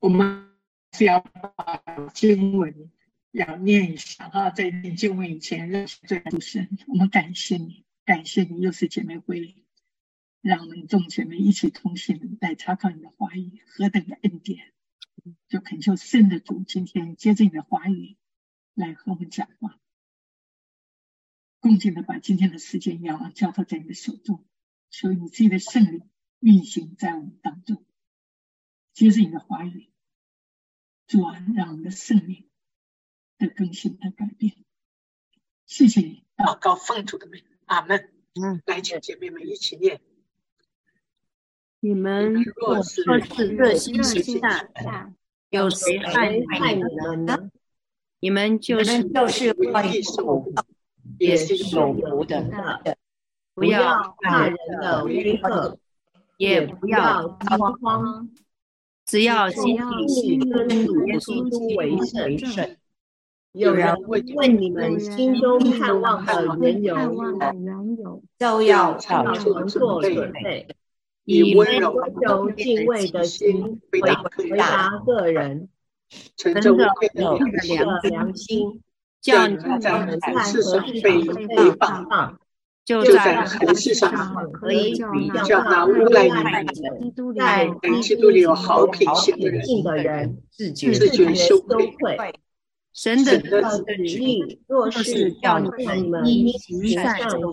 我们是要把经文要念一下哈，在念经文以前认识这主神，我们感谢你，感谢你又是姐妹会里，让我们众姐妹一起同行来查考你的话语，何等的恩典！就恳求圣的主今天接着你的话语来和我们讲话，恭敬的把今天的时间要交托在你的手中，求你自己的圣灵运行在我们当中。接着你的话语，主啊，让我们的圣灵的更新和改变。谢谢你，啊祷告奉主的名，阿门。嗯，来，请姐妹们一起念。你们若是若是热心心大，有谁害谁害你你们们呢？呢？你们就你是们就是为为义父受，也也是是有受福的，不不要要怕人的威吓，也不要嗯惊慌，只要心里信跟主耶耶稣稣为为圣圣。有人问你们心中盼望的缘由，盼望的缘由，就要常常做准备，以温柔温柔敬畏的心回答个人存着无愧有良的良心，叫你在们在很凡事事上上被被诽诽谤谤，就就在在凡事上可以比嗯比较较那那诬诬赖赖你们你们基督里在有对基督里有好品性的人的人，自自觉自觉觉羞羞愧愧。神的神的的旨意，若是叫你们行善有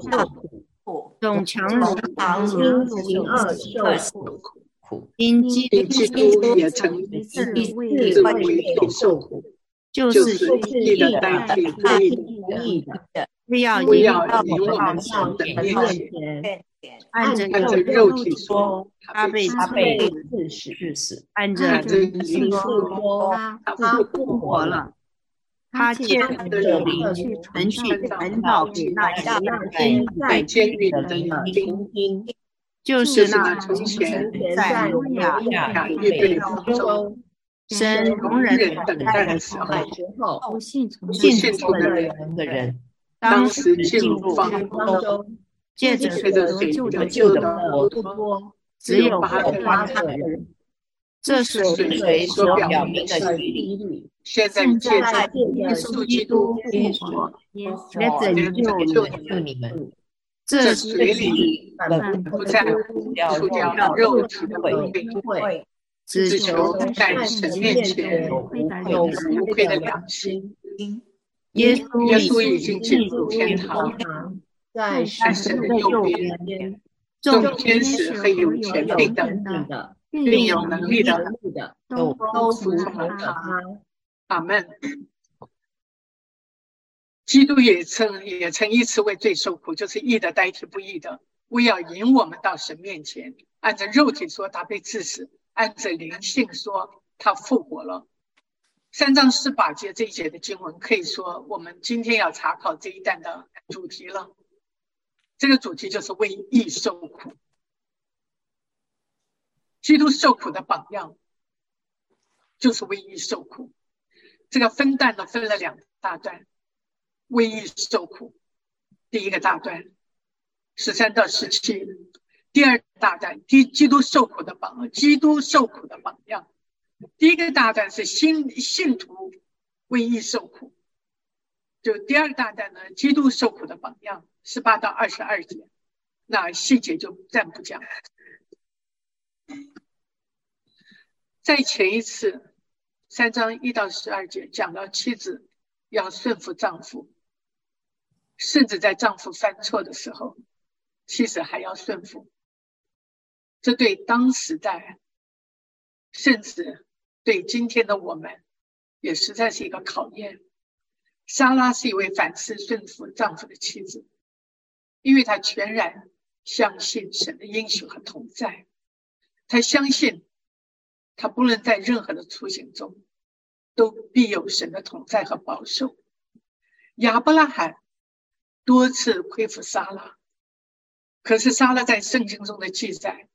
苦，总强忍常因行恶受苦，因基因督基督也曾一次以为自自为为有有受受苦，就就是是义义的的代代替替不不义义的的，不要不因要我因为我报们上上帝帝的的面面前，按着按着肉体说，他他被被啊他被致死，致死，按着按着你灵是说，说他他他复复活活了，了，他借他着的这灵灵去能传去传传道道给给那那让些那人，些在在监狱的的人人听，听听，就就是是那那从前前在在挪亚挪亚亚非非北北方方州州神容忍忍的等在待的的时时候，候后，不信从信信徒的的人人的人当当时时进进入入方方方州借着随着水得救的活多，多只有八有个八八个人，这是水谁所所表表明明的的律比例，现在现借在着借耶着稣基督复活，也来拯也救拯你救们，你就们，你们这这是水里本不再除掉肉体的违背，会只只求求在神面前有有无无愧的良心。耶稣耶稣已已经经进进入入天天堂堂，常在在神神的的右边，边，众众天使和有权有柄能的力的，并有能能力的能力的都都都服服从从他他。，阿门。基督也曾也曾一次为罪受苦，就是义的代替不义的，为要引我们到神面前。按着肉体说，他被致死；按着灵性说，他复活了。三章四八节这一节的经文，可以说我们今天要查考这一段的主题了。这个主题就是为义受苦，基督受苦的榜样就是为义受苦。这个分段呢分了两大段，为义受苦，第一个大段十三到十七，第二大段基基督受苦的榜，基督受苦的榜样。第一个大段是信信徒为义受苦，就第二大段呢，基督受苦的榜样，十八到二十二节，那细节就暂不讲。在前一次三章一到十二节讲到妻子要顺服丈夫，甚至在丈夫犯错的时候，妻子还要顺服。这对当时代，甚至对今天的我们，也实在是一个考验。莎拉是一位反思顺服丈夫的妻子，因为她全然相信神的应许和同在，她相信他不论在任何的处境中，都必有神的同在和保守。亚伯拉罕多次亏负撒拉，可是撒拉在圣经中的记载，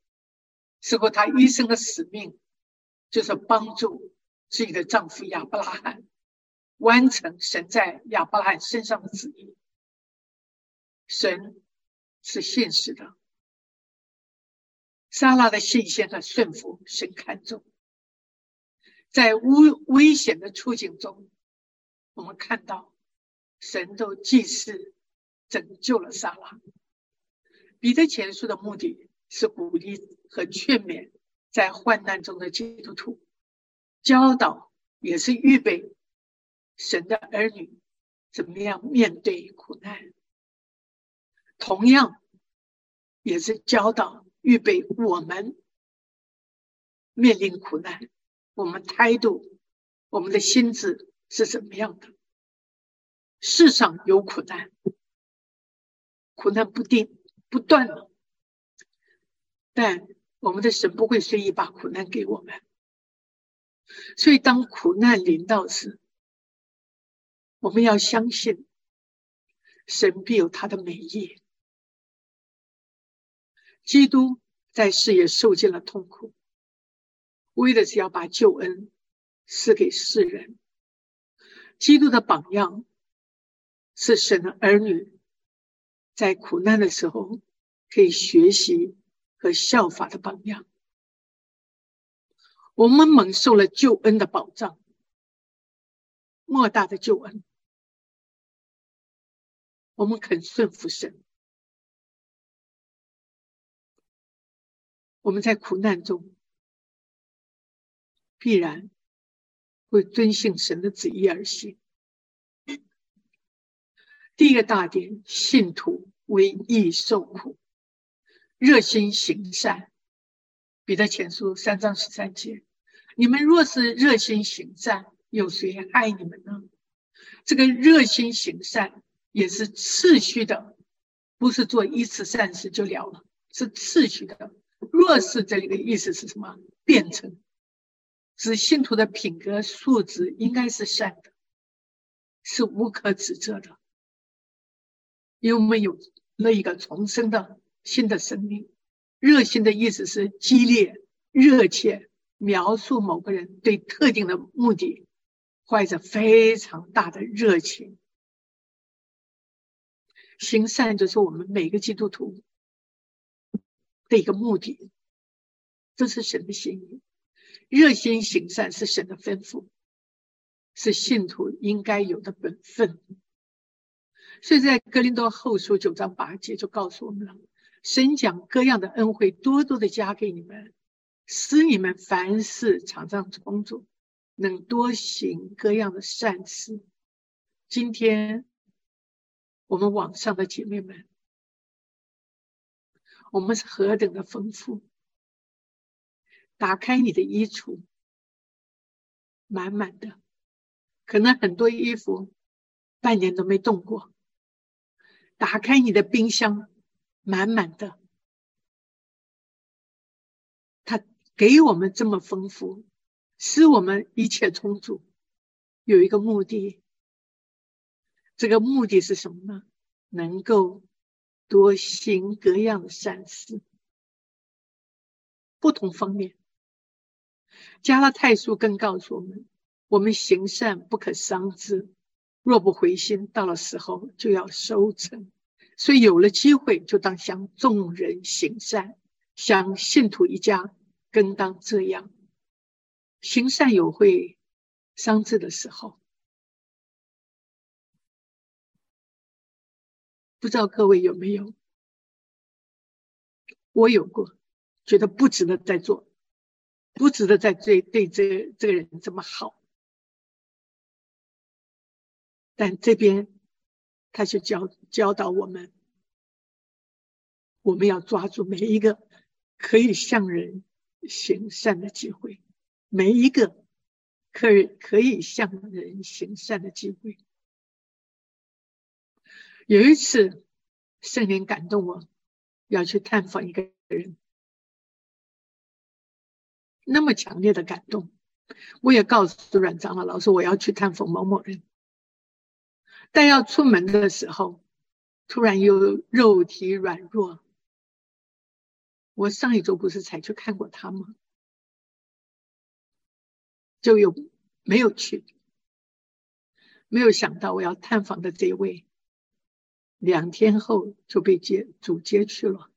似乎她一生的使命就是帮助自己的丈夫亚伯拉罕完成神在亚伯拉罕身上的旨意。神是现实的，撒拉的信心和顺服，神看重。在危危险的处境中，我们看到神都济世拯救了撒拉。彼得前书的目的是鼓励和劝勉在患难中的基督徒，教导也是预备神的儿女怎么样面对苦难。同样，也是教导预备我们面临苦难。我们态度、我们的心智是怎么样的？世上有苦难，苦难不定不断的，但我们的神不会随意把苦难给我们。所以，当苦难临到时，我们要相信神必有他的美意。基督在世也受尽了痛苦。为的是要把救恩施给世人。基督的榜样是神的儿女在苦难的时候可以学习和效法的榜样。我们蒙受了救恩的保障，莫大的救恩。我们肯顺服神，我们在苦难中。必然会遵循神的旨意而行。第一个大点，信徒为义受苦，热心行善。彼得前书三章十三节：你们若是热心行善，有谁爱你们呢？这个热心行善也是次序的，不是做一次善事就了了，是次序的。若是这里的意思是什么？变成。指信徒的品格素质应该是善的，是无可指责的，因为我们有了一个重生的新的生命。热心的意思是激烈、热切，描述某个人对特定的目的怀着非常大的热情。行善就是我们每个基督徒的一个目的，这是神的心意。热心行善是神的吩咐，是信徒应该有的本分。所以在哥林多后书九章八节就告诉我们了：神将各样的恩惠多多的加给你们，使你们凡事常常充足，能多行各样的善事。今天我们网上的姐妹们，我们是何等的丰富！打开你的衣橱，满满的，可能很多衣服半年都没动过。打开你的冰箱，满满的。他给我们这么丰富，使我们一切充足，有一个目的。这个目的是什么呢？能够多行各样的善事，不同方面。加拉太书更告诉我们：我们行善不可伤之，若不回心，到了时候就要收成。所以有了机会，就当向众人行善，向信徒一家更当这样。行善有会伤志的时候，不知道各位有没有？我有过，觉得不值得再做。不值得再对对这这个人这么好，但这边他就教教导我们，我们要抓住每一个可以向人行善的机会，每一个可以可以向人行善的机会。有一次，圣灵感动我，要去探访一个人。那么强烈的感动，我也告诉阮长老，老师我要去探访某某人。但要出门的时候，突然又肉体软弱。我上一周不是才去看过他吗？就有没有去？没有想到我要探访的这位，两天后就被接主接去了。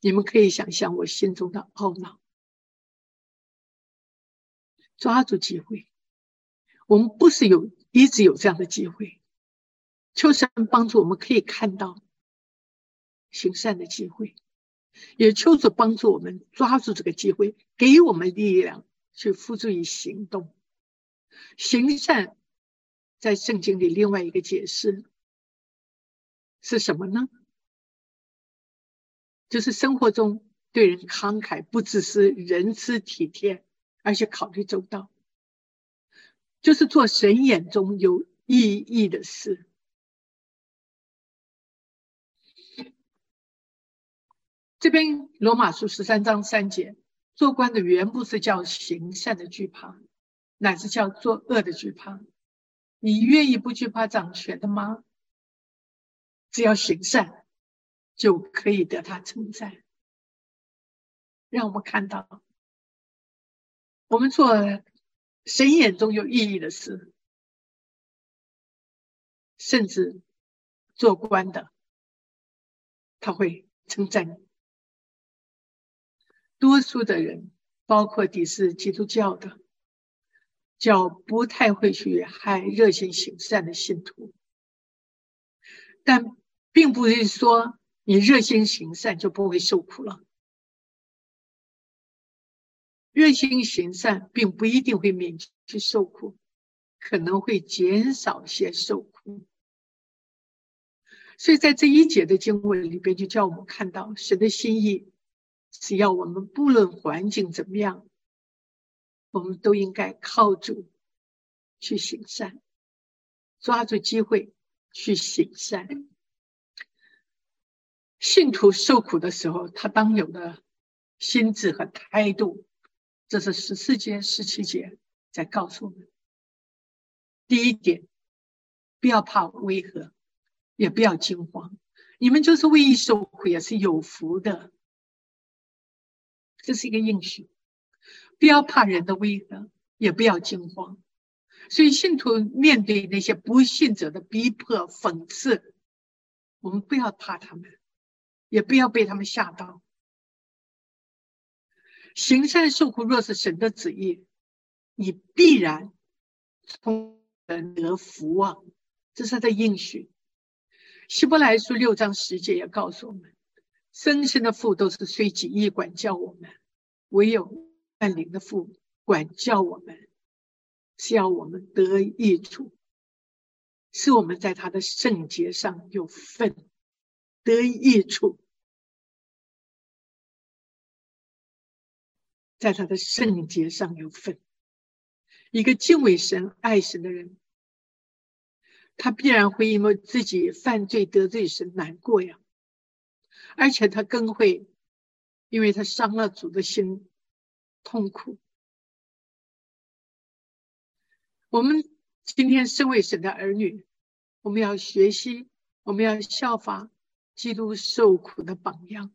你们可以想象我心中的懊恼。抓住机会。我们不是有一直有这样的机会，求神帮助我们可以看到行善的机会，也求主帮助我们抓住这个机会，给我们力量去付诸于行动。行善在圣经里另外一个解释是什么呢？就是生活中对人慷慨，不只是仁慈体贴，而且考虑周到，就是做神眼中有意义的事。这边罗马书十三章三节，做官的原不是叫行善的惧怕。乃是叫作恶的惧怕。你愿意不惧怕掌权的吗？只要行善，就可以得他称赞。让我们看到，我们做神眼中有意义的事，甚至做官的，他会称赞你。多数的人，包括抵制基督教的。叫不太会去害热心行善的信徒，但并不是说你热心行善就不会受苦了。热心行善并不一定会免去受苦，可能会减少些受苦。所以在这一节的经文里边，就叫我们看到神的心意是要我们不论环境怎么样。我们都应该靠主去行善，抓住机会去行善。信徒受苦的时候，他当有的心智和态度，这是十四节、十七节在告诉我们。第一点，不要怕威吓，也不要惊慌。你们就是为义受苦，也是有福的。这是一个应许。不要怕人的威吓，也不要惊慌。所以，信徒面对那些不信者的逼迫、讽刺，我们不要怕他们，也不要被他们吓到。行善受苦，若是神的旨意，你必然从得福啊！这是他的应许。希伯来书六章十节也告诉我们：生身的父都是虽己意管教我们，唯有。万灵的父管教我们，是要我们得益处，是我们在他的圣洁上有份，得益处，在他的圣洁上有份。一个敬畏神、爱神的人，他必然会因为自己犯罪得罪神难过呀，而且他更会，因为他伤了主的心。痛苦。我们今天身为神的儿女，我们要学习，我们要效法基督受苦的榜样。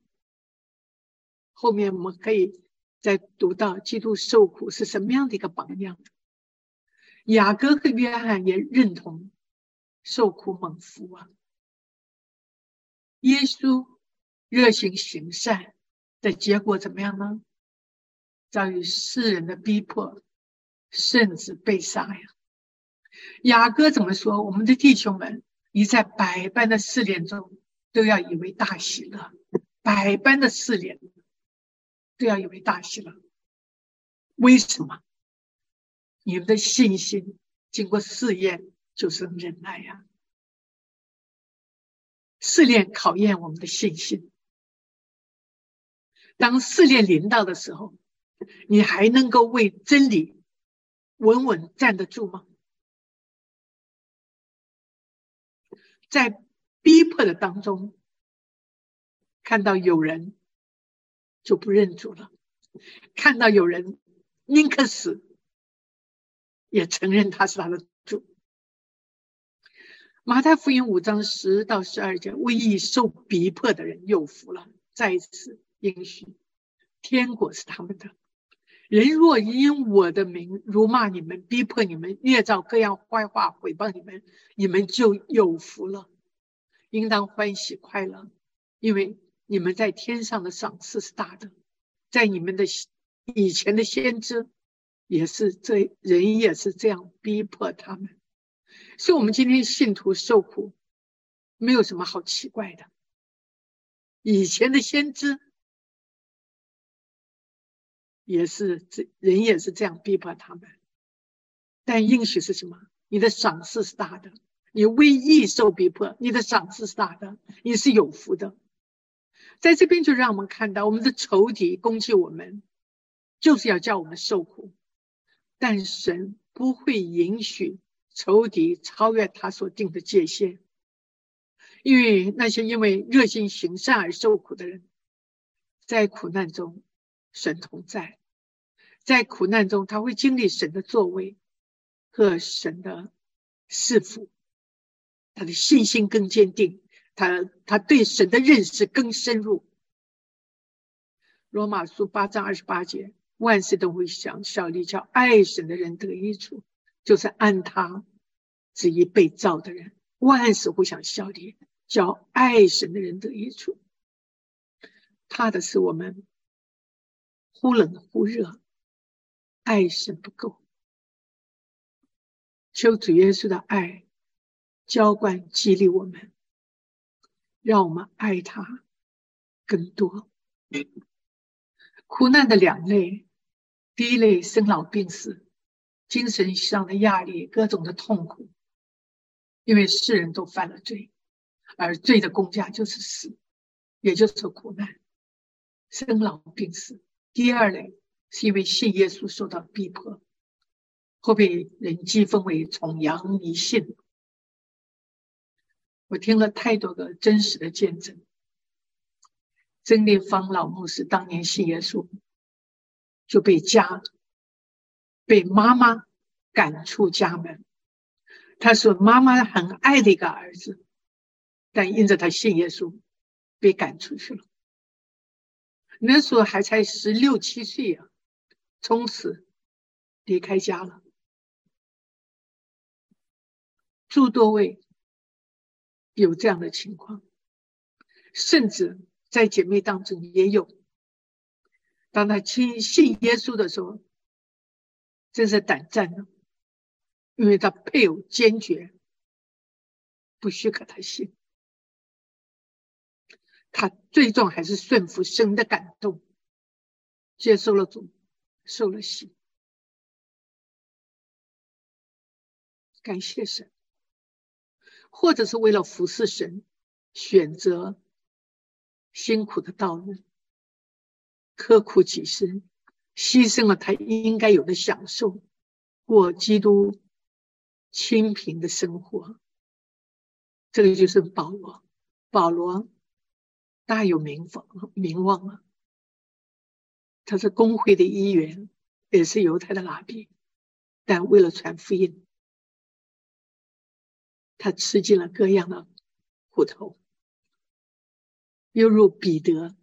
后面我们可以再读到基督受苦是什么样的一个榜样。雅各和约翰也认同受苦蒙福啊。耶稣热心行善的结果怎么样呢？遭遇世人的逼迫，甚至被杀呀。雅各怎么说？我们的弟兄们，你在百般的试炼中，都要以为大喜乐；百般的试炼，都要以为大喜乐。为什么？你们的信心经过试验，就生忍耐呀、啊。试炼考验我们的信心。当试炼临到的时候，你还能够为真理稳稳站得住吗？在逼迫的当中，看到有人就不认主了，看到有人宁可死，也承认他是他的主。马太福音五章十到十二节，为义受逼迫的人有福了，再一次应许，天国是他们的。人若因我的名辱骂你们、逼迫你们、捏造各样坏话毁谤你们，你们就有福了，应当欢喜快乐，因为你们在天上的赏赐是大的。在你们的以前的先知也是这人也是这样逼迫他们，所以我们今天信徒受苦，没有什么好奇怪的。以前的先知也是这人也是这样逼迫他们，但应许是什么？你的赏赐是大的，你为义受逼迫，你的赏赐是大的，你是有福的。在这边就让我们看到，我们的仇敌攻击我们，就是要叫我们受苦。但神不会允许仇敌超越他所定的界限，因为那些因为热心行善而受苦的人，在苦难中，神同在；在苦难中，他会经历神的作为和神的赐福，他的信心更坚定，他他对神的认识更深入。罗马书八章二十八节。万事都会想效力，叫爱神的人得益处，就是按他旨意被造的人。万事会想效力，叫爱神的人得益处。怕的是我们忽冷忽热，爱神不够。求主耶稣的爱浇灌激励我们，让我们爱他更多。苦难的两类。第一类生老病死，精神上的压力，各种的痛苦，因为世人都犯了罪，而罪的公价就是死，也就是苦难，生老病死。第二类是因为信耶稣受到逼迫，后被人讥讽为崇洋迷信。我听了太多个真实的见证，曾立芳老牧师当年信耶稣。就被家，被妈妈赶出家门。他是妈妈很爱的一个儿子，但因着他信耶稣，被赶出去了。那时候还才十六七岁呀、啊，从此离开家了。诸多位有这样的情况，甚至在姐妹当中也有。当他亲信耶稣的时候，真是胆战了，因为他配偶坚决不许可他信，他最终还是顺服神的感动，接受了主，受了洗。感谢神，或者是为了服侍神，选择辛苦的道路。刻苦己身，牺牲了他应该有的享受，过基督清贫的生活。这个就是保罗，保罗大有名望，名望啊！他是工会的一员，也是犹太的拉比，但为了传福音，他吃尽了各样的苦头。又如彼得。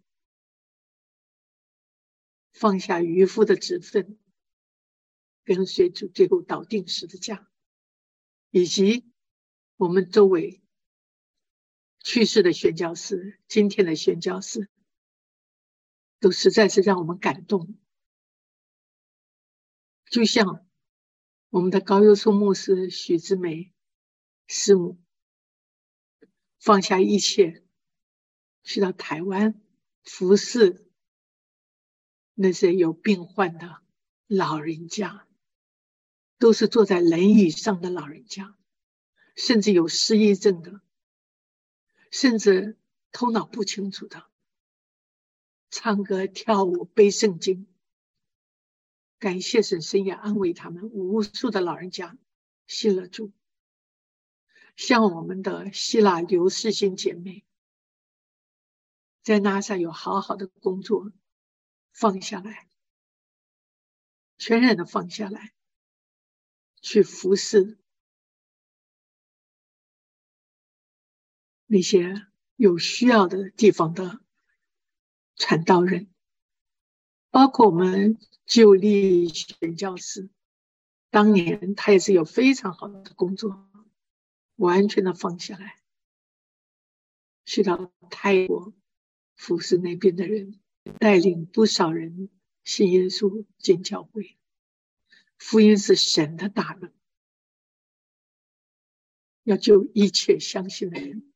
放下渔夫的职分，跟随主最后倒定时的价，以及我们周围去世的宣教师、今天的宣教师，都实在是让我们感动。就像我们的高优素牧师许志梅师母，放下一切，去到台湾服侍。那些有病患的老人家，都是坐在轮椅上的老人家，甚至有失忆症的，甚至头脑不清楚的，唱歌、跳舞、背圣经。感谢神，神也安慰他们。无数的老人家信了主，像我们的希腊刘世新姐妹，在 NASA 有好好的工作。放下来，全然的放下来，去服侍那些有需要的地方的传道人，包括我们就立选教师，当年他也是有非常好的工作，完全的放下来，去到泰国服侍那边的人。带领不少人信耶稣、进教会，福音是神的大能，要救一切相信的人。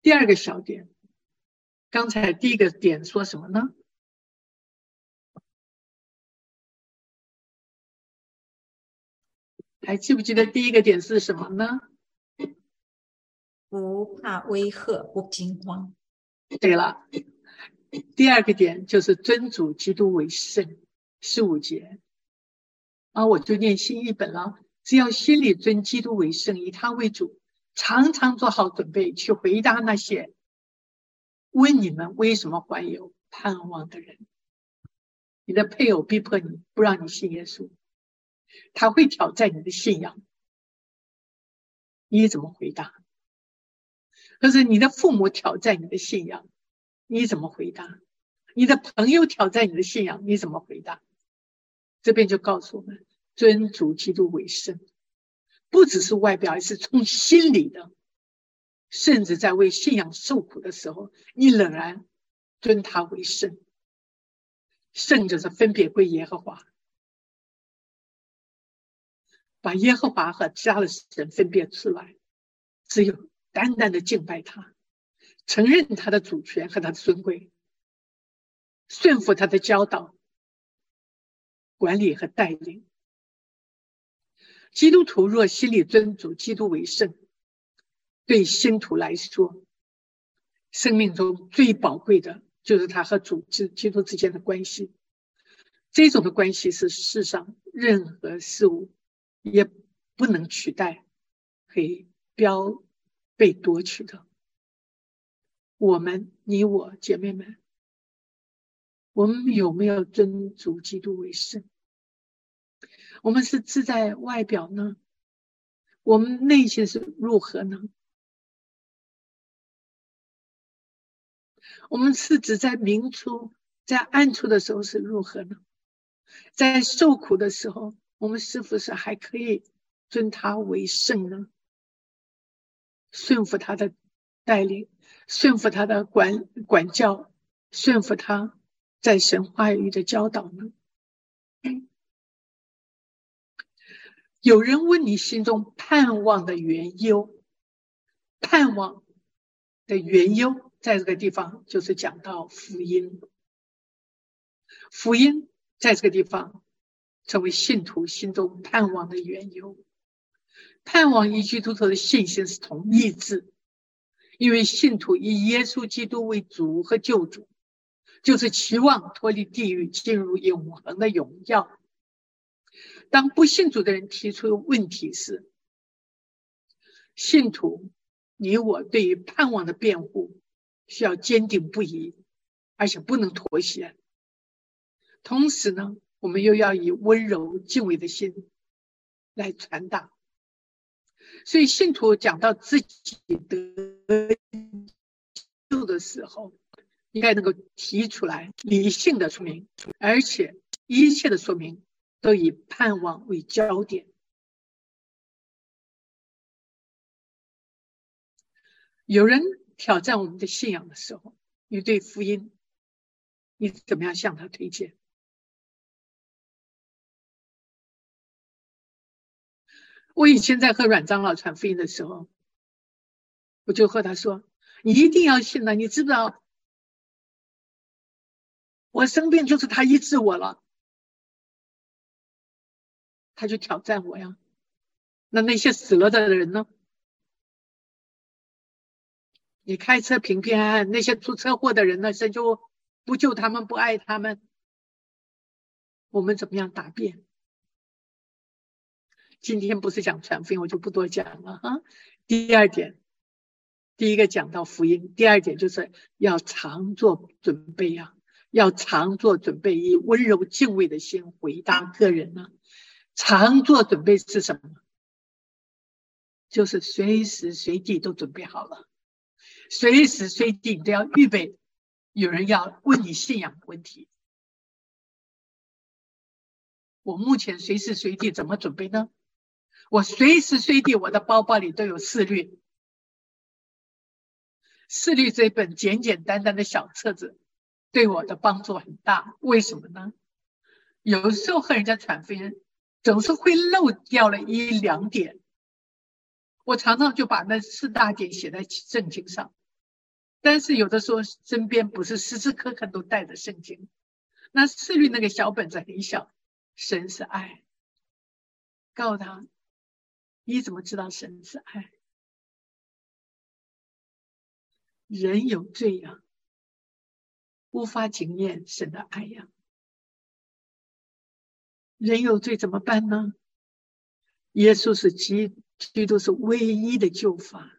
第二个小点，刚才第一个点说什么呢？还记不记得第一个点是什么呢？不怕威吓，不惊慌。对了，第二个点就是尊主基督为圣，十五节。啊，我就念新译本了。只要心里尊基督为圣，以他为主，常常做好准备去回答那些问你们为什么怀有盼望的人。你的配偶逼迫你不让你信耶稣。他会挑战你的信仰，你怎么回答？可是你的父母挑战你的信仰，你怎么回答？你的朋友挑战你的信仰，你怎么回答？这边就告诉我们，尊主基督为圣，不只是外表，而是从心里的。甚至在为信仰受苦的时候，你仍然尊他为圣。圣就是分别归耶和华。把耶和华和其他的神分辨出来，只有单单的敬拜他，承认他的主权和他的尊贵，顺服他的教导、管理和带领。基督徒若心里尊主基督为圣，对信徒来说，生命中最宝贵的就是他和主基基督之间的关系。这种的关系是世上任何事物。也不能取代，可以标被夺取的。我们，你我姐妹们，我们有没有尊主基督为圣？我们是志在外表呢？我们内心是如何呢？我们是指在明处，在暗处的时候是如何呢？在受苦的时候。我们是不是还可以尊他为圣呢？顺服他的带领，顺服他的管管教，顺服他在神话语的教导呢？有人问你心中盼望的缘由，盼望的缘由，在这个地方就是讲到福音，福音在这个地方。成为信徒心中盼望的缘由，盼望与基督徒的信心是同一致，因为信徒以耶稣基督为主和救主，就是期望脱离地狱，进入永恒的荣耀。当不信主的人提出问题时，信徒你我对于盼望的辩护需要坚定不移，而且不能妥协。同时呢。我们又要以温柔敬畏的心来传达，所以信徒讲到自己得救的时候，应该能够提出来理性的说明，而且一切的说明都以盼望为焦点。有人挑战我们的信仰的时候，你对福音，你怎么样向他推荐？我以前在和阮长老传福音的时候，我就和他说：“你一定要信的，你知不知道？我生病就是他医治我了。”他就挑战我呀。那那些死了的人呢？你开车平平安安，那些出车祸的人呢？神就不救他们，不爱他们。我们怎么样答辩？今天不是讲传福音，我就不多讲了哈。第二点，第一个讲到福音，第二点就是要常做准备呀、啊，要常做准备，以温柔敬畏的心回答个人呢、啊。常做准备是什么？就是随时随地都准备好了，随时随地你都要预备。有人要问你信仰问题，我目前随时随地怎么准备呢？我随时随地，我的包包里都有四律。四律这本简简单单的小册子，对我的帮助很大。为什么呢？有时候和人家传福音，总是会漏掉了一两点。我常常就把那四大点写在圣经上，但是有的时候身边不是时时刻刻都带着圣经。那四律那个小本子很小，神是爱，告诉他，你怎么知道神是爱？人有罪呀、啊，无法检验神的爱呀、啊。人有罪怎么办呢？耶稣是基基督是唯一的救法，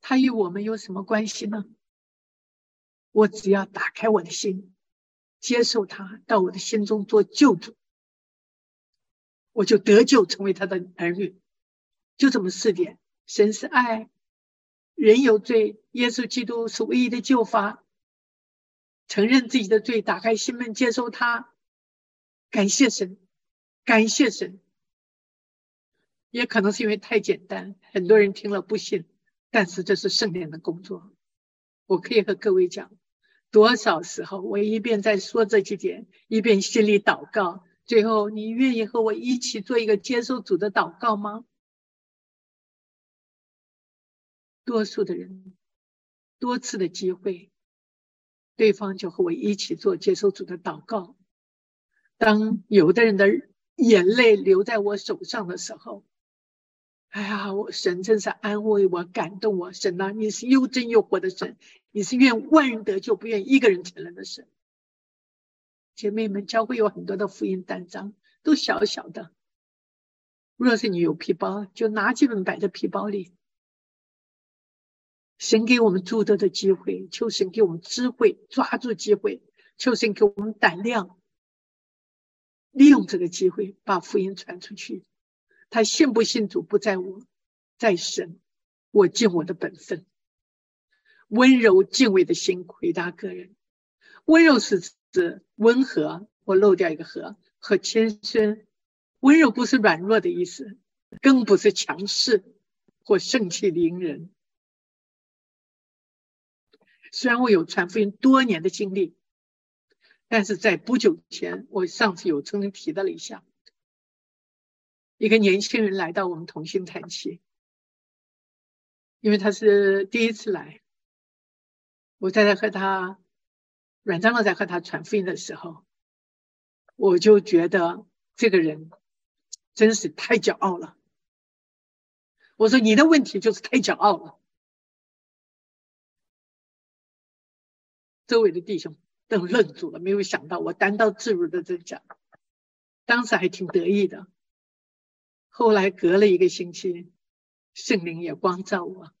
他与我们有什么关系呢？我只要打开我的心，接受他到我的心中做救主，我就得救，成为他的儿女。就这么四点：神是爱，人有罪，耶稣基督是唯一的救法。承认自己的罪，打开心门，接受他，感谢神，感谢神。也可能是因为太简单，很多人听了不信，但是这是圣灵的工作。我可以和各位讲，多少时候我一边在说这几点，一边心里祷告。最后，你愿意和我一起做一个接受主的祷告吗？多数的人，多次的机会，对方就和我一起做接受主的祷告。当有的人的眼泪流在我手上的时候，哎呀，我神真是安慰我、感动我。神呐、啊，你是又真又活的神，你是愿万人得救，不愿一个人承认的神。姐妹们，教会有很多的福音单张，都小小的。若是你有皮包，就拿几本摆在皮包里。神给我们诸多的机会，求神给我们智慧，抓住机会；求神给我们胆量，利用这个机会把福音传出去。他信不信主不在我，在神。我尽我的本分，温柔敬畏的心回答个人。温柔是指温和，我漏掉一个和，和谦逊。温柔不是软弱的意思，更不是强势或盛气凌人。虽然我有传福音多年的经历，但是在不久前，我上次有曾经提到了一下。一个年轻人来到我们同心团契，因为他是第一次来，我在和他阮长老在和他传福音的时候，我就觉得这个人真是太骄傲了。我说你的问题就是太骄傲了。周围的弟兄都愣住了，没有想到我单刀直入的这讲，当时还挺得意的。后来隔了一个星期，圣灵也光照我，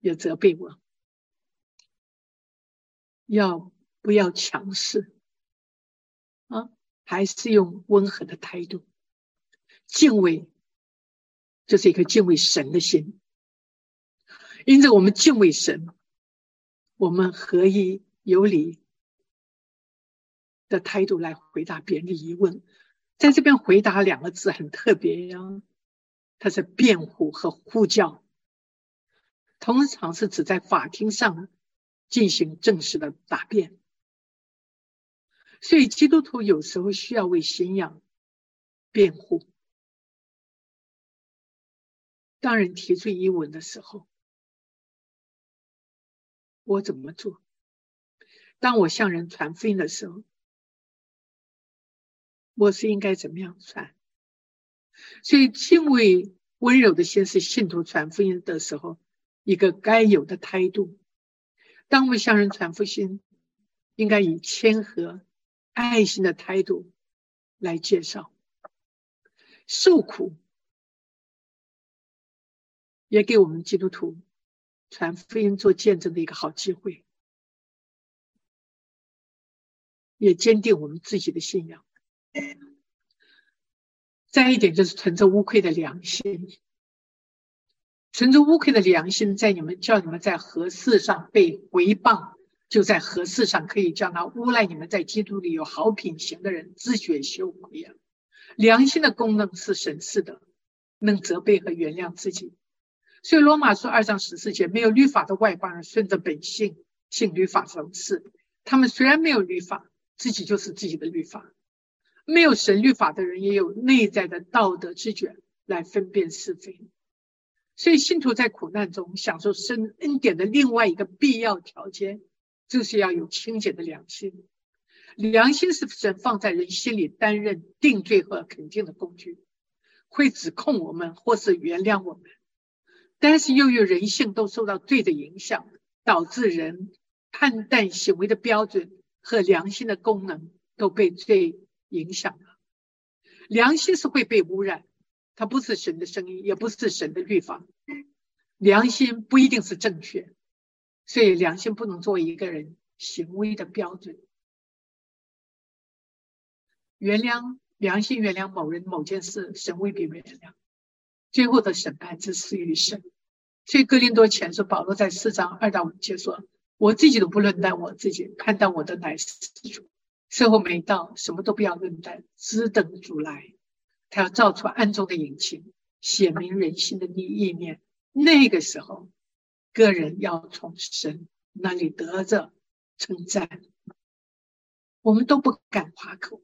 也责备我，要不要强势啊？还是用温和的态度，敬畏，这、就是一个敬畏神的心。因此，我们敬畏神，我们合一有理的态度来回答别人的疑问。在这边回答两个字很特别呀、啊，它是辩护和呼叫，通常是指在法庭上进行正式的答辩。所以基督徒有时候需要为信仰辩护。当人提出疑问的时候，我怎么做？当我向人传福音的时候。我是应该怎么样传？所以敬畏温柔的心是信徒传福音的时候一个该有的态度。当我们向人传福音，应该以谦和、爱心的态度来介绍。受苦也给我们基督徒传福音做见证的一个好机会，也坚定我们自己的信仰。再一点就是存着无愧的良心，存着无愧的良心，在你们叫你们在何事上被回谤，就在何事上可以叫那诬赖你们在基督里有好品行的人自觉羞愧呀、啊。良心的功能是神似的，能责备和原谅自己。所以罗马书二章十四节，没有律法的外邦人顺着本性，信律法成事。他们虽然没有律法，自己就是自己的律法。没有神律法的人，也有内在的道德之觉来分辨是非。所以，信徒在苦难中享受神恩典的另外一个必要条件，就是要有清洁的良心。良心是神放在人心里担任定罪和肯定的工具，会指控我们或是原谅我们。但是，由于人性都受到罪的影响，导致人判断行为的标准和良心的功能都被罪影响了。良心是会被污染，它不是神的声音，也不是神的律法。良心不一定是正确，所以良心不能作为一个人行为的标准。原谅良心原谅某人某件事，神未必原谅。最后的审判之死于神。所以哥林多前书保罗在四章二到五节说：“我自己都不论断我自己，判断我的乃是主。时候没到，什么都不要论断，只等主来。他要造出暗中的隐情，显明人心的意念。那个时候，个人要从神那里得着称赞。我们都不敢夸口。”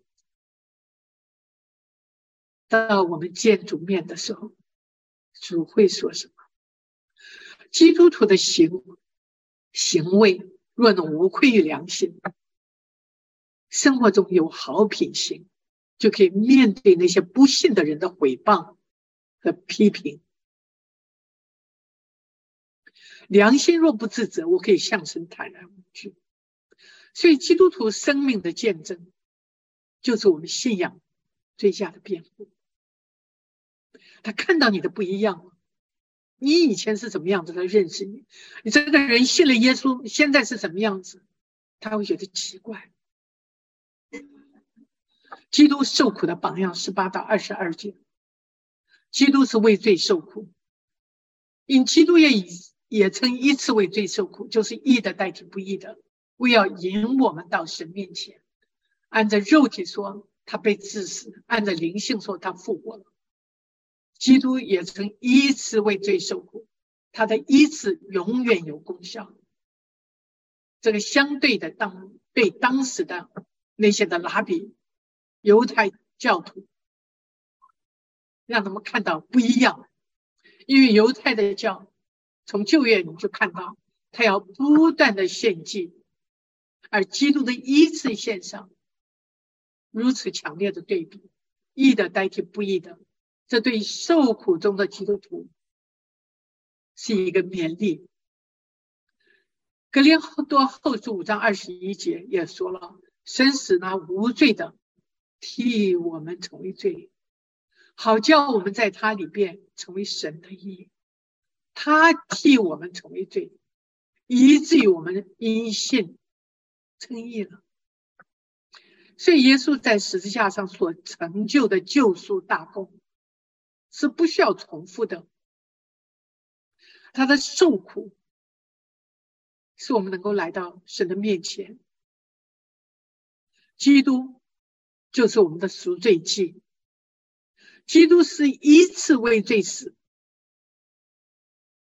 到我们见主面的时候，主会说什么？基督徒的行行为若能无愧于良心，生活中有好品行，就可以面对那些不信的人的毁谤和批评。良心若不自责，我可以向神坦然无惧。所以，基督徒生命的见证，就是我们信仰最佳的辩护。他看到你的不一样了，你以前是怎么样子，他认识你；你这个人信了耶稣，现在是什么样子，他会觉得奇怪。基督受苦的榜样，十八到二十二节，基督是为罪受苦，因基督也以也曾一次为罪受苦，就是义的代替不义的，为要引我们到神面前。按着肉体说，他被致死；按着灵性说，他复活了。基督也曾一次为罪受苦，他的一次永远有功效。这个相对的当对当时的那些的拉比、犹太教徒，让他们看到不一样。因为犹太的教从旧约你就看到，他要不断的献祭，而基督的一次献上，如此强烈的对比，义的代替不义的。这对受苦中的基督徒是一个勉励。格林多后书五章二十一节也说了：“生死呢无罪的，替我们成为罪，好叫我们在他里边成为神的义。他替我们成为罪，以至于我们因信称义了。”所以，耶稣在十字架上所成就的救赎大功。是不需要重复的，他的受苦，使我们能够来到神的面前。基督就是我们的赎罪祭，基督是一次为罪死，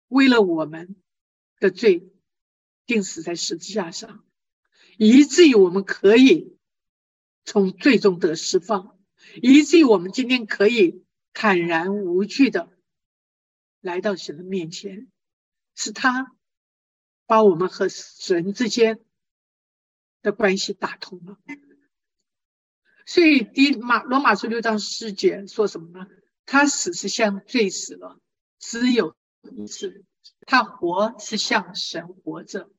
为了我们的罪，定死在十字架上，以至于我们可以从最终得释放，以至于我们今天可以。坦然无惧的来到神的面前，是他把我们和神之间的关系打通了。所以，第马罗马书六章十节说什么呢？他死是像罪死了，只有一次；他活是像神活着。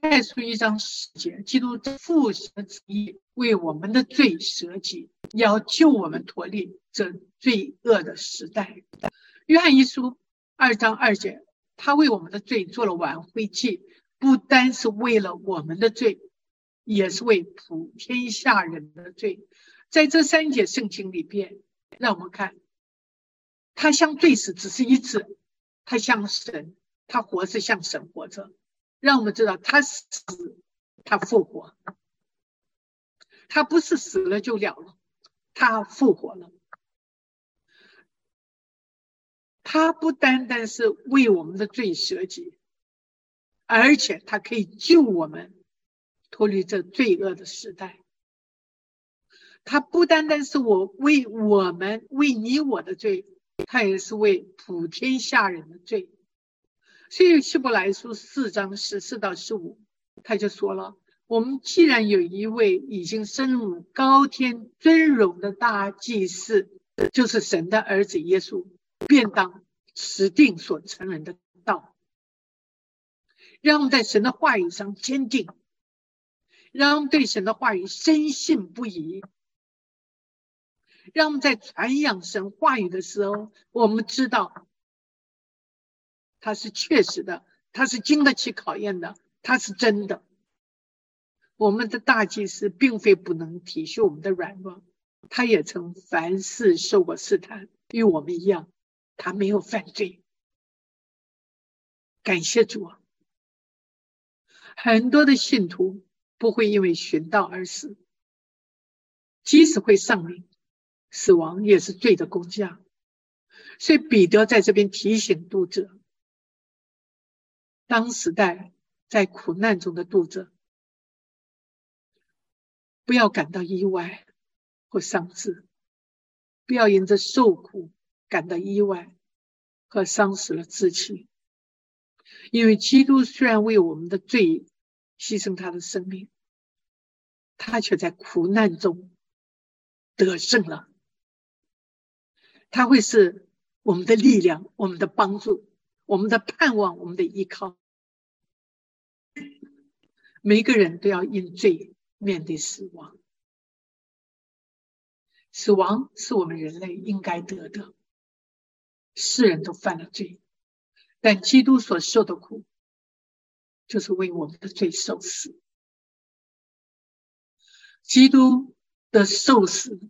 再出一章十节，基督父神的旨意为我们的罪舍己，要救我们脱离这罪恶的时代。约翰一书二章二节，他为我们的罪做了挽回祭，不单是为了我们的罪，也是为普天下人的罪。在这三节圣经里边，让我们看，他像罪死只是一次，他像神，他活是像神活着。让我们知道，他死，他复活，他不是死了就了了，他复活了。他不单单是为我们的罪舍己，而且他可以救我们脱离这罪恶的时代。他不单单是我为我们为你我的罪，他也是为普天下人的罪。所以希伯来书四章十四到十五，他就说了：我们既然有一位已经升入高天尊荣的大祭司，就是神的儿子耶稣，便当持定所成人的道。让我们在神的话语上坚定，让我们对神的话语深信不疑。让我们在传扬神话语的时候，我们知道它是确实的，它是经得起考验的，它是真的。我们的大祭司并非不能体恤我们的软弱，他也曾凡事受过试探，与我们一样，他没有犯罪。感谢主啊！很多的信徒不会因为寻道而死，即使会丧命。死亡也是罪的工价，所以彼得在这边提醒读者：当时代在苦难中的读者，不要感到意外或丧志，不要因着受苦感到意外和丧失了志气，因为基督虽然为我们的罪牺牲他的生命，他却在苦难中得胜了。他会是我们的力量、我们的帮助、我们的盼望、我们的依靠。每个人都要因罪面对死亡，死亡是我们人类应该得的。世人都犯了罪，但基督所受的苦，就是为我们的罪受死。基督的受死。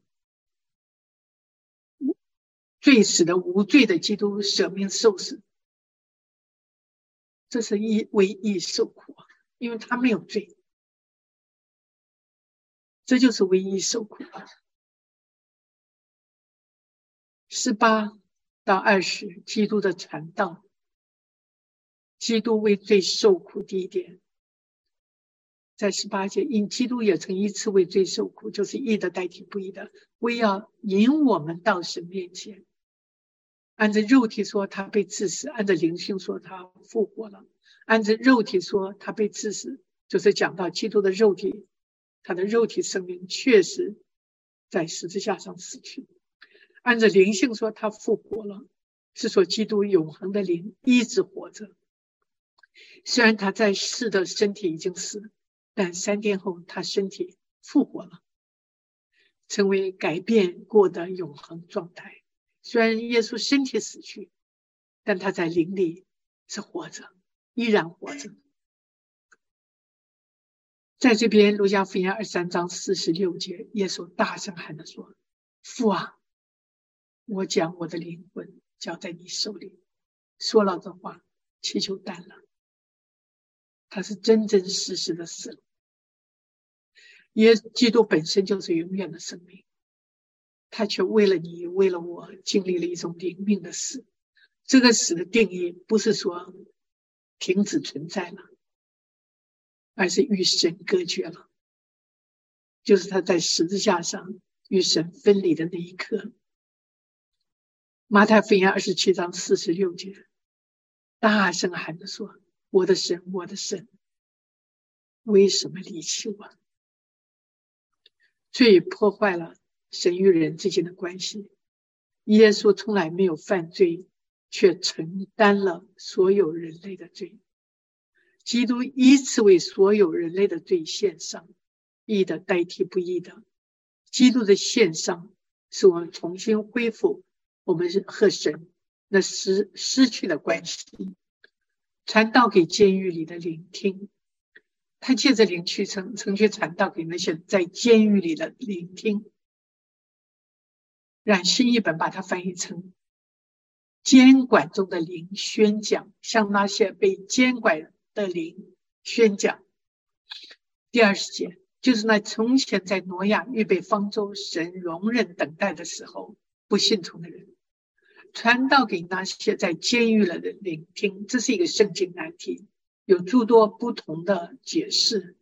罪死的无罪的基督舍命受死，这是义为义受苦，啊因为他没有罪，这就是为义受苦。啊十八到二十，基督的传道，基督为罪受苦第一点，在十八节，因基督也曾一次为罪受苦，就是义的代替不义的，为要引我们到神面前。按着肉体说，他被致死；按着灵性说，他复活了。按着肉体说，他被致死，就是讲到基督的肉体，他的肉体生命确实在十字架上死去。按着灵性说，他复活了，是说基督永恒的灵一直活着。虽然他在世的身体已经死，但三天后他身体复活了，成为改变过的永恒状态。虽然耶稣身体死去，但他在灵里是活着，依然活着。在这边，《路加福音》二三章四十六节，耶稣大声喊着说：“父啊，我将我的灵魂交在你手里。”说了这话，气就淡了。他是真真实实的死了。耶基督本身就是永远的生命。他却为了你，为了我，经历了一种灵命的死。这个死的定义不是说停止存在了，而是与神隔绝了。就是他在十字架上与神分离的那一刻。马太福音二十七章四十六节，大声喊着说：“我的神，我的神，为什么离弃我？”罪破坏了。神与人之间的关系，耶稣从来没有犯罪，却承担了所有人类的罪。基督依次为所有人类的罪献上，义的代替不义的。基督的献上，使我们重新恢复我们和神那失失去的关系。传道给监狱里的聆听，他借着灵去成成去传道给那些在监狱里的聆听。让新译本把它翻译成“监管中的灵宣讲”，向那些被监管的灵宣讲。第二十节就是那从前在挪亚预备方舟、神容忍等待的时候不信从的人，传道给那些在监狱了的聆听，这是一个圣经难题，有诸多不同的解释，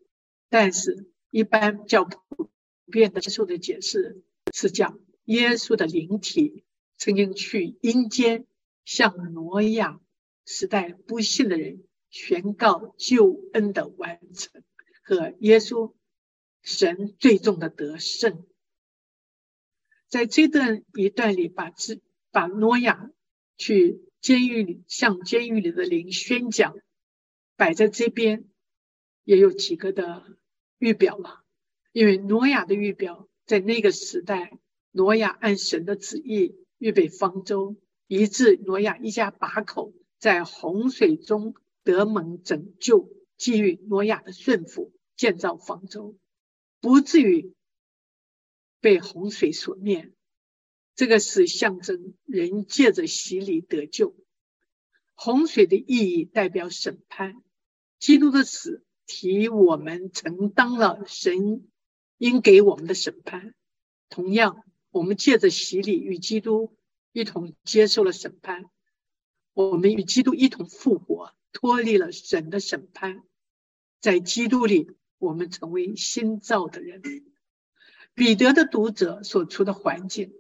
但是一般较普遍的接受的解释是讲耶稣的灵体曾经去阴间向挪亚时代不信的人宣告救恩的完成和耶稣神最终的得胜。在这段一段里把，把自把诺亚去监狱里向监狱里的灵宣讲，摆在这边也有几个的预表了。因为挪亚的预表在那个时代，挪亚按神的旨意预备方舟，以致挪亚一家八口在洪水中得蒙拯救，基于挪亚的顺服建造方舟，不至于。被洪水所灭，这个是象征人借着洗礼得救。洪水的意义代表审判，基督的死替我们承担了神应给我们的审判。同样，我们借着洗礼与基督一同接受了审判，我们与基督一同复活，脱离了神的审判。在基督里，我们成为新造的人。彼得的读者所处的环境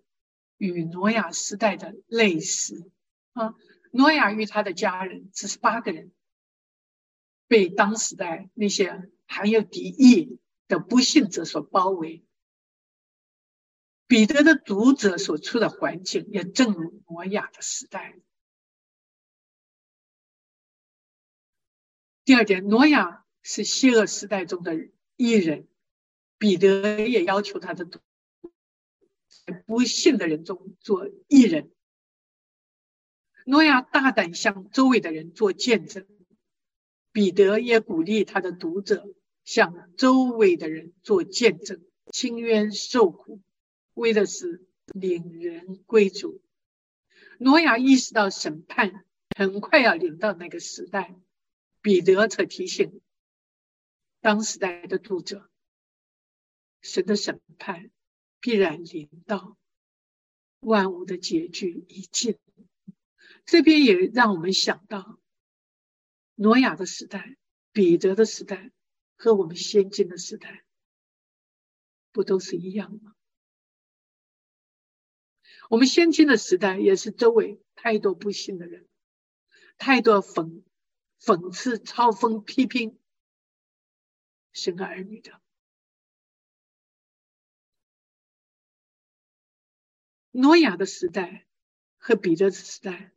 与挪亚时代的类似啊，挪亚与他的家人只是八个人，被当时代那些含有敌意的不幸者所包围。彼得的读者所处的环境也正如挪亚的时代。第二点，挪亚是希尔时代中的艺人。彼得也要求他的不信的人中做一人。诺亚大胆向周围的人做见证，彼得也鼓励他的读者向周围的人做见证，亲冤受苦，为的是领人归主。诺亚意识到审判很快要临到那个时代，彼得则提醒当时代的读者。神的审判必然临到，万物的结局已尽。这边也让我们想到挪亚的时代、彼得的时代和我们先进的时代，不都是一样吗？我们先进的时代也是周围太多不幸的人，太多讽讽刺、嘲讽、批评神儿女的。诺亚的时代和彼得的时代，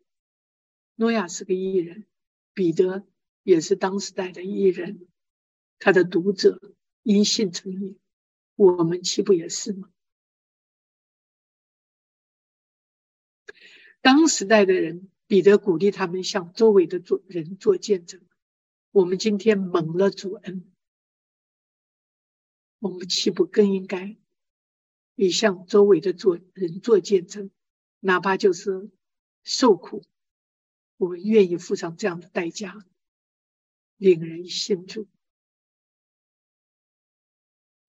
诺亚是个艺人，彼得也是当时代的艺人，他的读者因信称义，我们岂不也是吗？当时代的人，彼得鼓励他们向周围的做人做见证。我们今天蒙了主恩，我们岂不更应该？也向周围的做人做见证，哪怕就是受苦，我们愿意付上这样的代价，令人信主。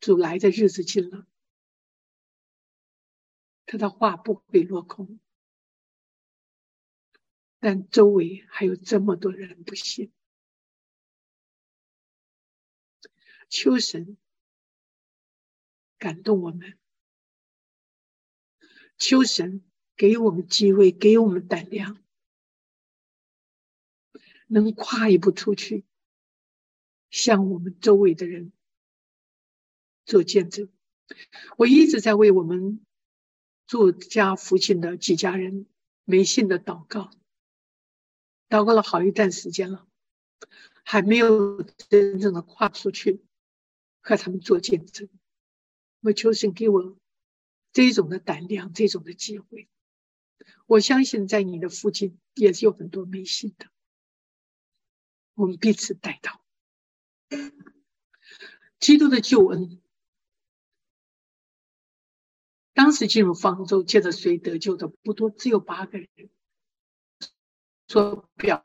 主来的日子近了，他的话不会落空，但周围还有这么多人不信，求神感动我们。求神给我们机会，给我们胆量，能跨一步出去，向我们周围的人做见证。我一直在为我们住家附近的几家人没信的祷告，祷告了好一段时间了，还没有真正的跨出去和他们做见证。我求神给我。这种的胆量，这种的机会，我相信在你的附近也是有很多迷信的。我们彼此带到基督的救恩。当时进入方舟，借着谁得救的不多，只有八个人。说表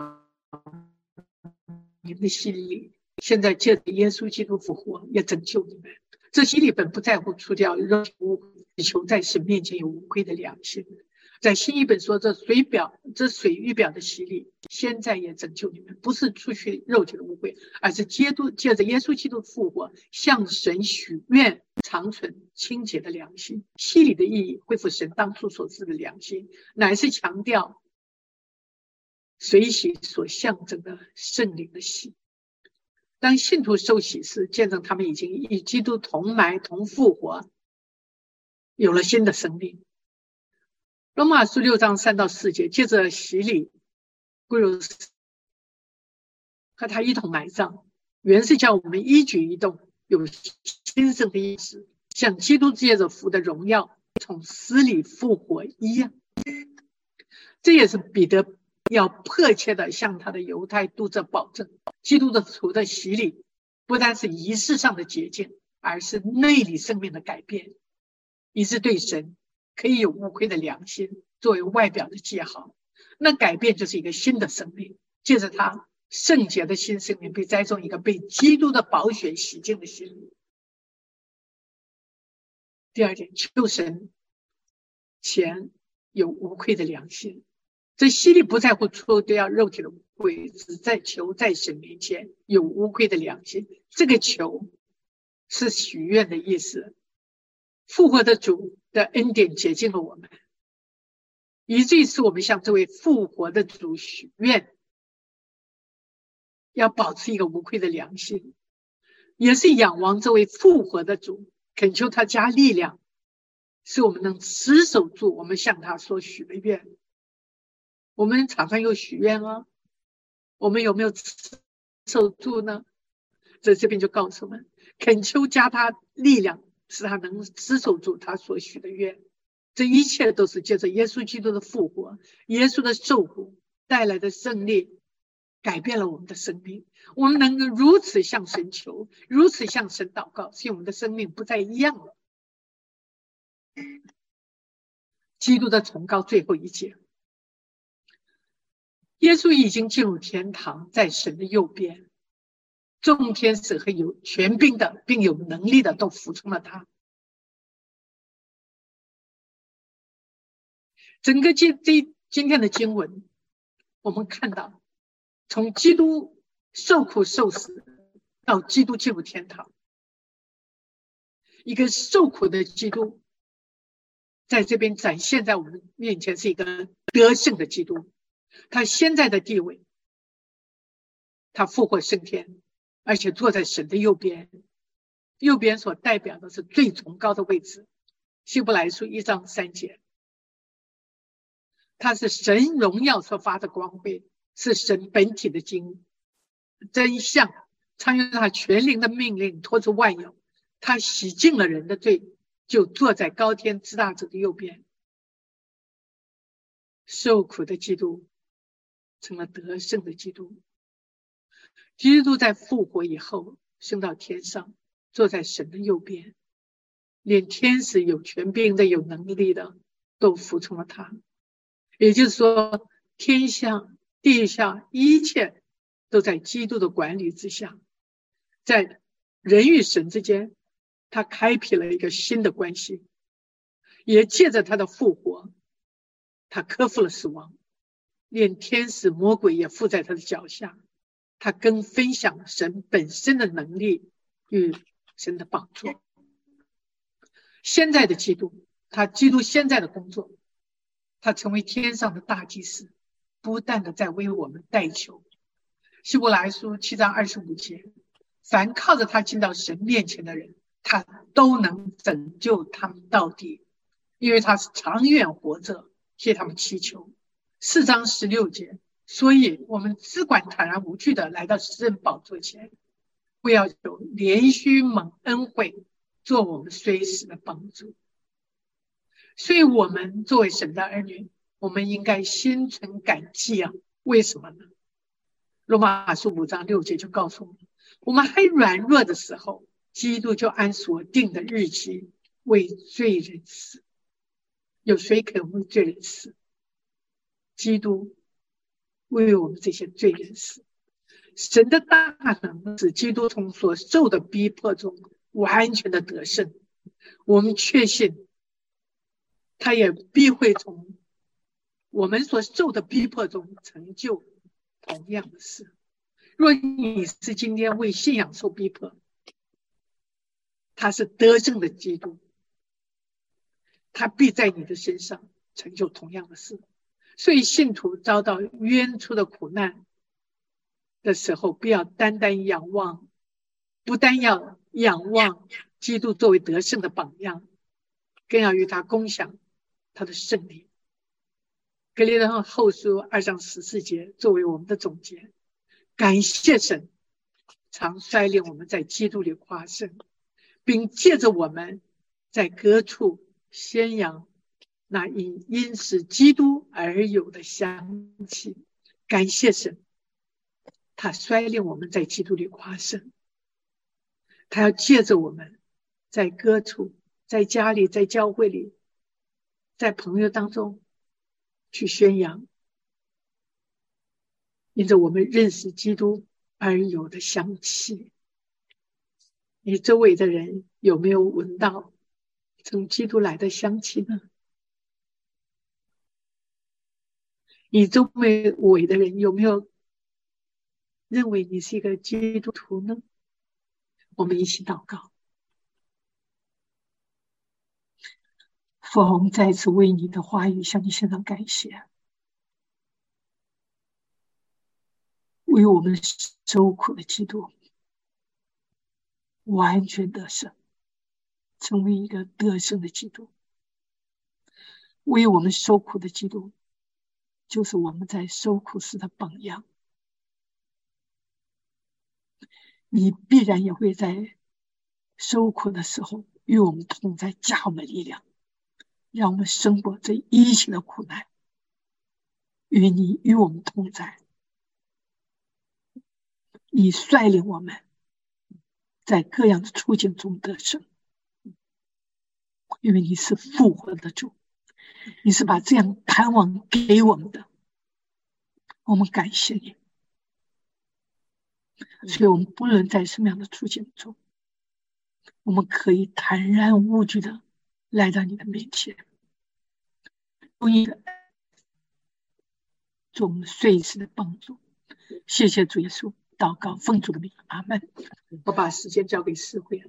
你们的心里，现在借着耶稣基督复活，也拯救你们。这洗礼本不在乎除掉肉体污，只求在神面前有无愧的良心。在新译本说，这水表这水域表的洗礼，现在也拯救你们，不是出去肉体的污秽，而是基督借着耶稣基督的复活，向神许愿，长存清洁的良心。洗礼的意义，恢复神当初所赐的良心，乃是强调水洗所象征的圣灵的洗。当信徒受洗时，见证他们已经与基督同埋同复活，有了新的生命。罗马书六章三到四节，借着洗礼，归入和他一同埋葬，原是叫我们一举一动有新生的意识，像基督借着福的荣耀从死里复活一样。这也是彼得要迫切的向他的犹太读者保证：基督的徒的洗礼，不单是仪式上的洁净，而是内里生命的改变，以致对神。可以有无愧的良心作为外表的记号，那改变就是一个新的生命。借着他圣洁的新生命，被栽种一个被基督的宝血洗净的心灵。第二点，求神前有无愧的良心。这犀利不在乎除掉肉体的污秽，只在求在神面前有无愧的良心。这个求是许愿的意思。复活的主的恩典洁净了我们，以至于使我们向这位复活的主许愿，要保持一个无愧的良心，也是仰望这位复活的主，恳求他加力量，使我们能持守住我们向他所许的愿。我们常常有许愿哦，我们有没有持守住呢？在这边就告诉我们，恳求加他力量。使他能持守住他所许的愿，这一切都是借着耶稣基督的复活、耶稣的受苦带来的胜利，改变了我们的生命。我们能够如此向神求，如此向神祷告，使我们的生命不再一样了。基督的崇高最后一节，耶稣已经进入天堂，在神的右边。众天使和有权柄的，并有能力的，都服从了他。整个今这今天的经文，我们看到，从基督受苦受死到基督进入天堂，一个受苦的基督，在这边展现在我们面前是一个得胜的基督，他现在的地位，他复活升天。而且坐在神的右边，右边所代表的是最崇高的位置。希伯来书一章三节，它是神荣耀所发的光辉，是神本体的经真相，参与他全灵的命令，脱出万有，他洗净了人的罪，就坐在高天之大者的右边。受苦的基督成了得胜的基督。基督在复活以后升到天上，坐在神的右边，连天使有权柄的、有能力的都服从了他。也就是说，天下、地下一切都在基督的管理之下，在人与神之间，他开辟了一个新的关系，也借着他的复活，他克服了死亡，连天使、魔鬼也附在他的脚下。他更分享神本身的能力与神的帮助。现在的基督，他基督现在的工作，他成为天上的大祭司，不断的在为我们代求。希伯来书七章二十五节，凡靠着他进到神面前的人，他都能拯救他们到底，因为他是长远活着替他们祈求。四章十六节。所以，我们只管坦然无惧的来到施恩宝座前，不要求连续蒙恩惠，做我们随时的帮助。所以，我们作为神的儿女，我们应该心存感激啊！为什么呢？罗马书五章六节就告诉我们：我们还软弱的时候，基督就按所定的日期为罪人死。有谁肯为罪人死？基督。为我们这些罪人死，神的大能使基督从所受的逼迫中完全的得胜。我们确信，他也必会从我们所受的逼迫中成就同样的事。若你是今天为信仰受逼迫，他是得胜的基督，他必在你的身上成就同样的事。所以，信徒遭到冤出的苦难的时候，不要单单仰望，不单要仰望基督作为得胜的榜样，更要与他共享他的胜利。格林德后书二章十四节作为我们的总结，感谢神，常率领我们在基督里夸胜，并借着我们在各处宣扬那因因使基督而有的香气。感谢神，他率领我们在基督里夸胜，他要借着我们在各处、在家里、在教会里、在朋友当中。去宣扬，因着我们认识基督而有的香气。你周围的人有没有闻到从基督来的香气呢？你周围的人有没有认为你是一个基督徒呢？我们一起祷告，父啊我们再次为你的话语向你献上感谢，为我们受苦的基督完全得胜，成为一个得胜的基督；为我们受苦的基督，就是我们在受苦时的榜样。你必然也会在受苦的时候与我们同在，加我们力量。让我们胜过这一切的苦难，与你与我们同在。你率领我们，在各样的处境中得胜，嗯因为你是复活的主，你是把这样盼望给我们的，我们感谢你。所以，我们不论在什么样的处境中，我们可以坦然无惧的。来到你的面前，用一个做我们随时的帮助。谢谢主耶稣，祷告奉主的名，阿门。我把时间交给诗慧。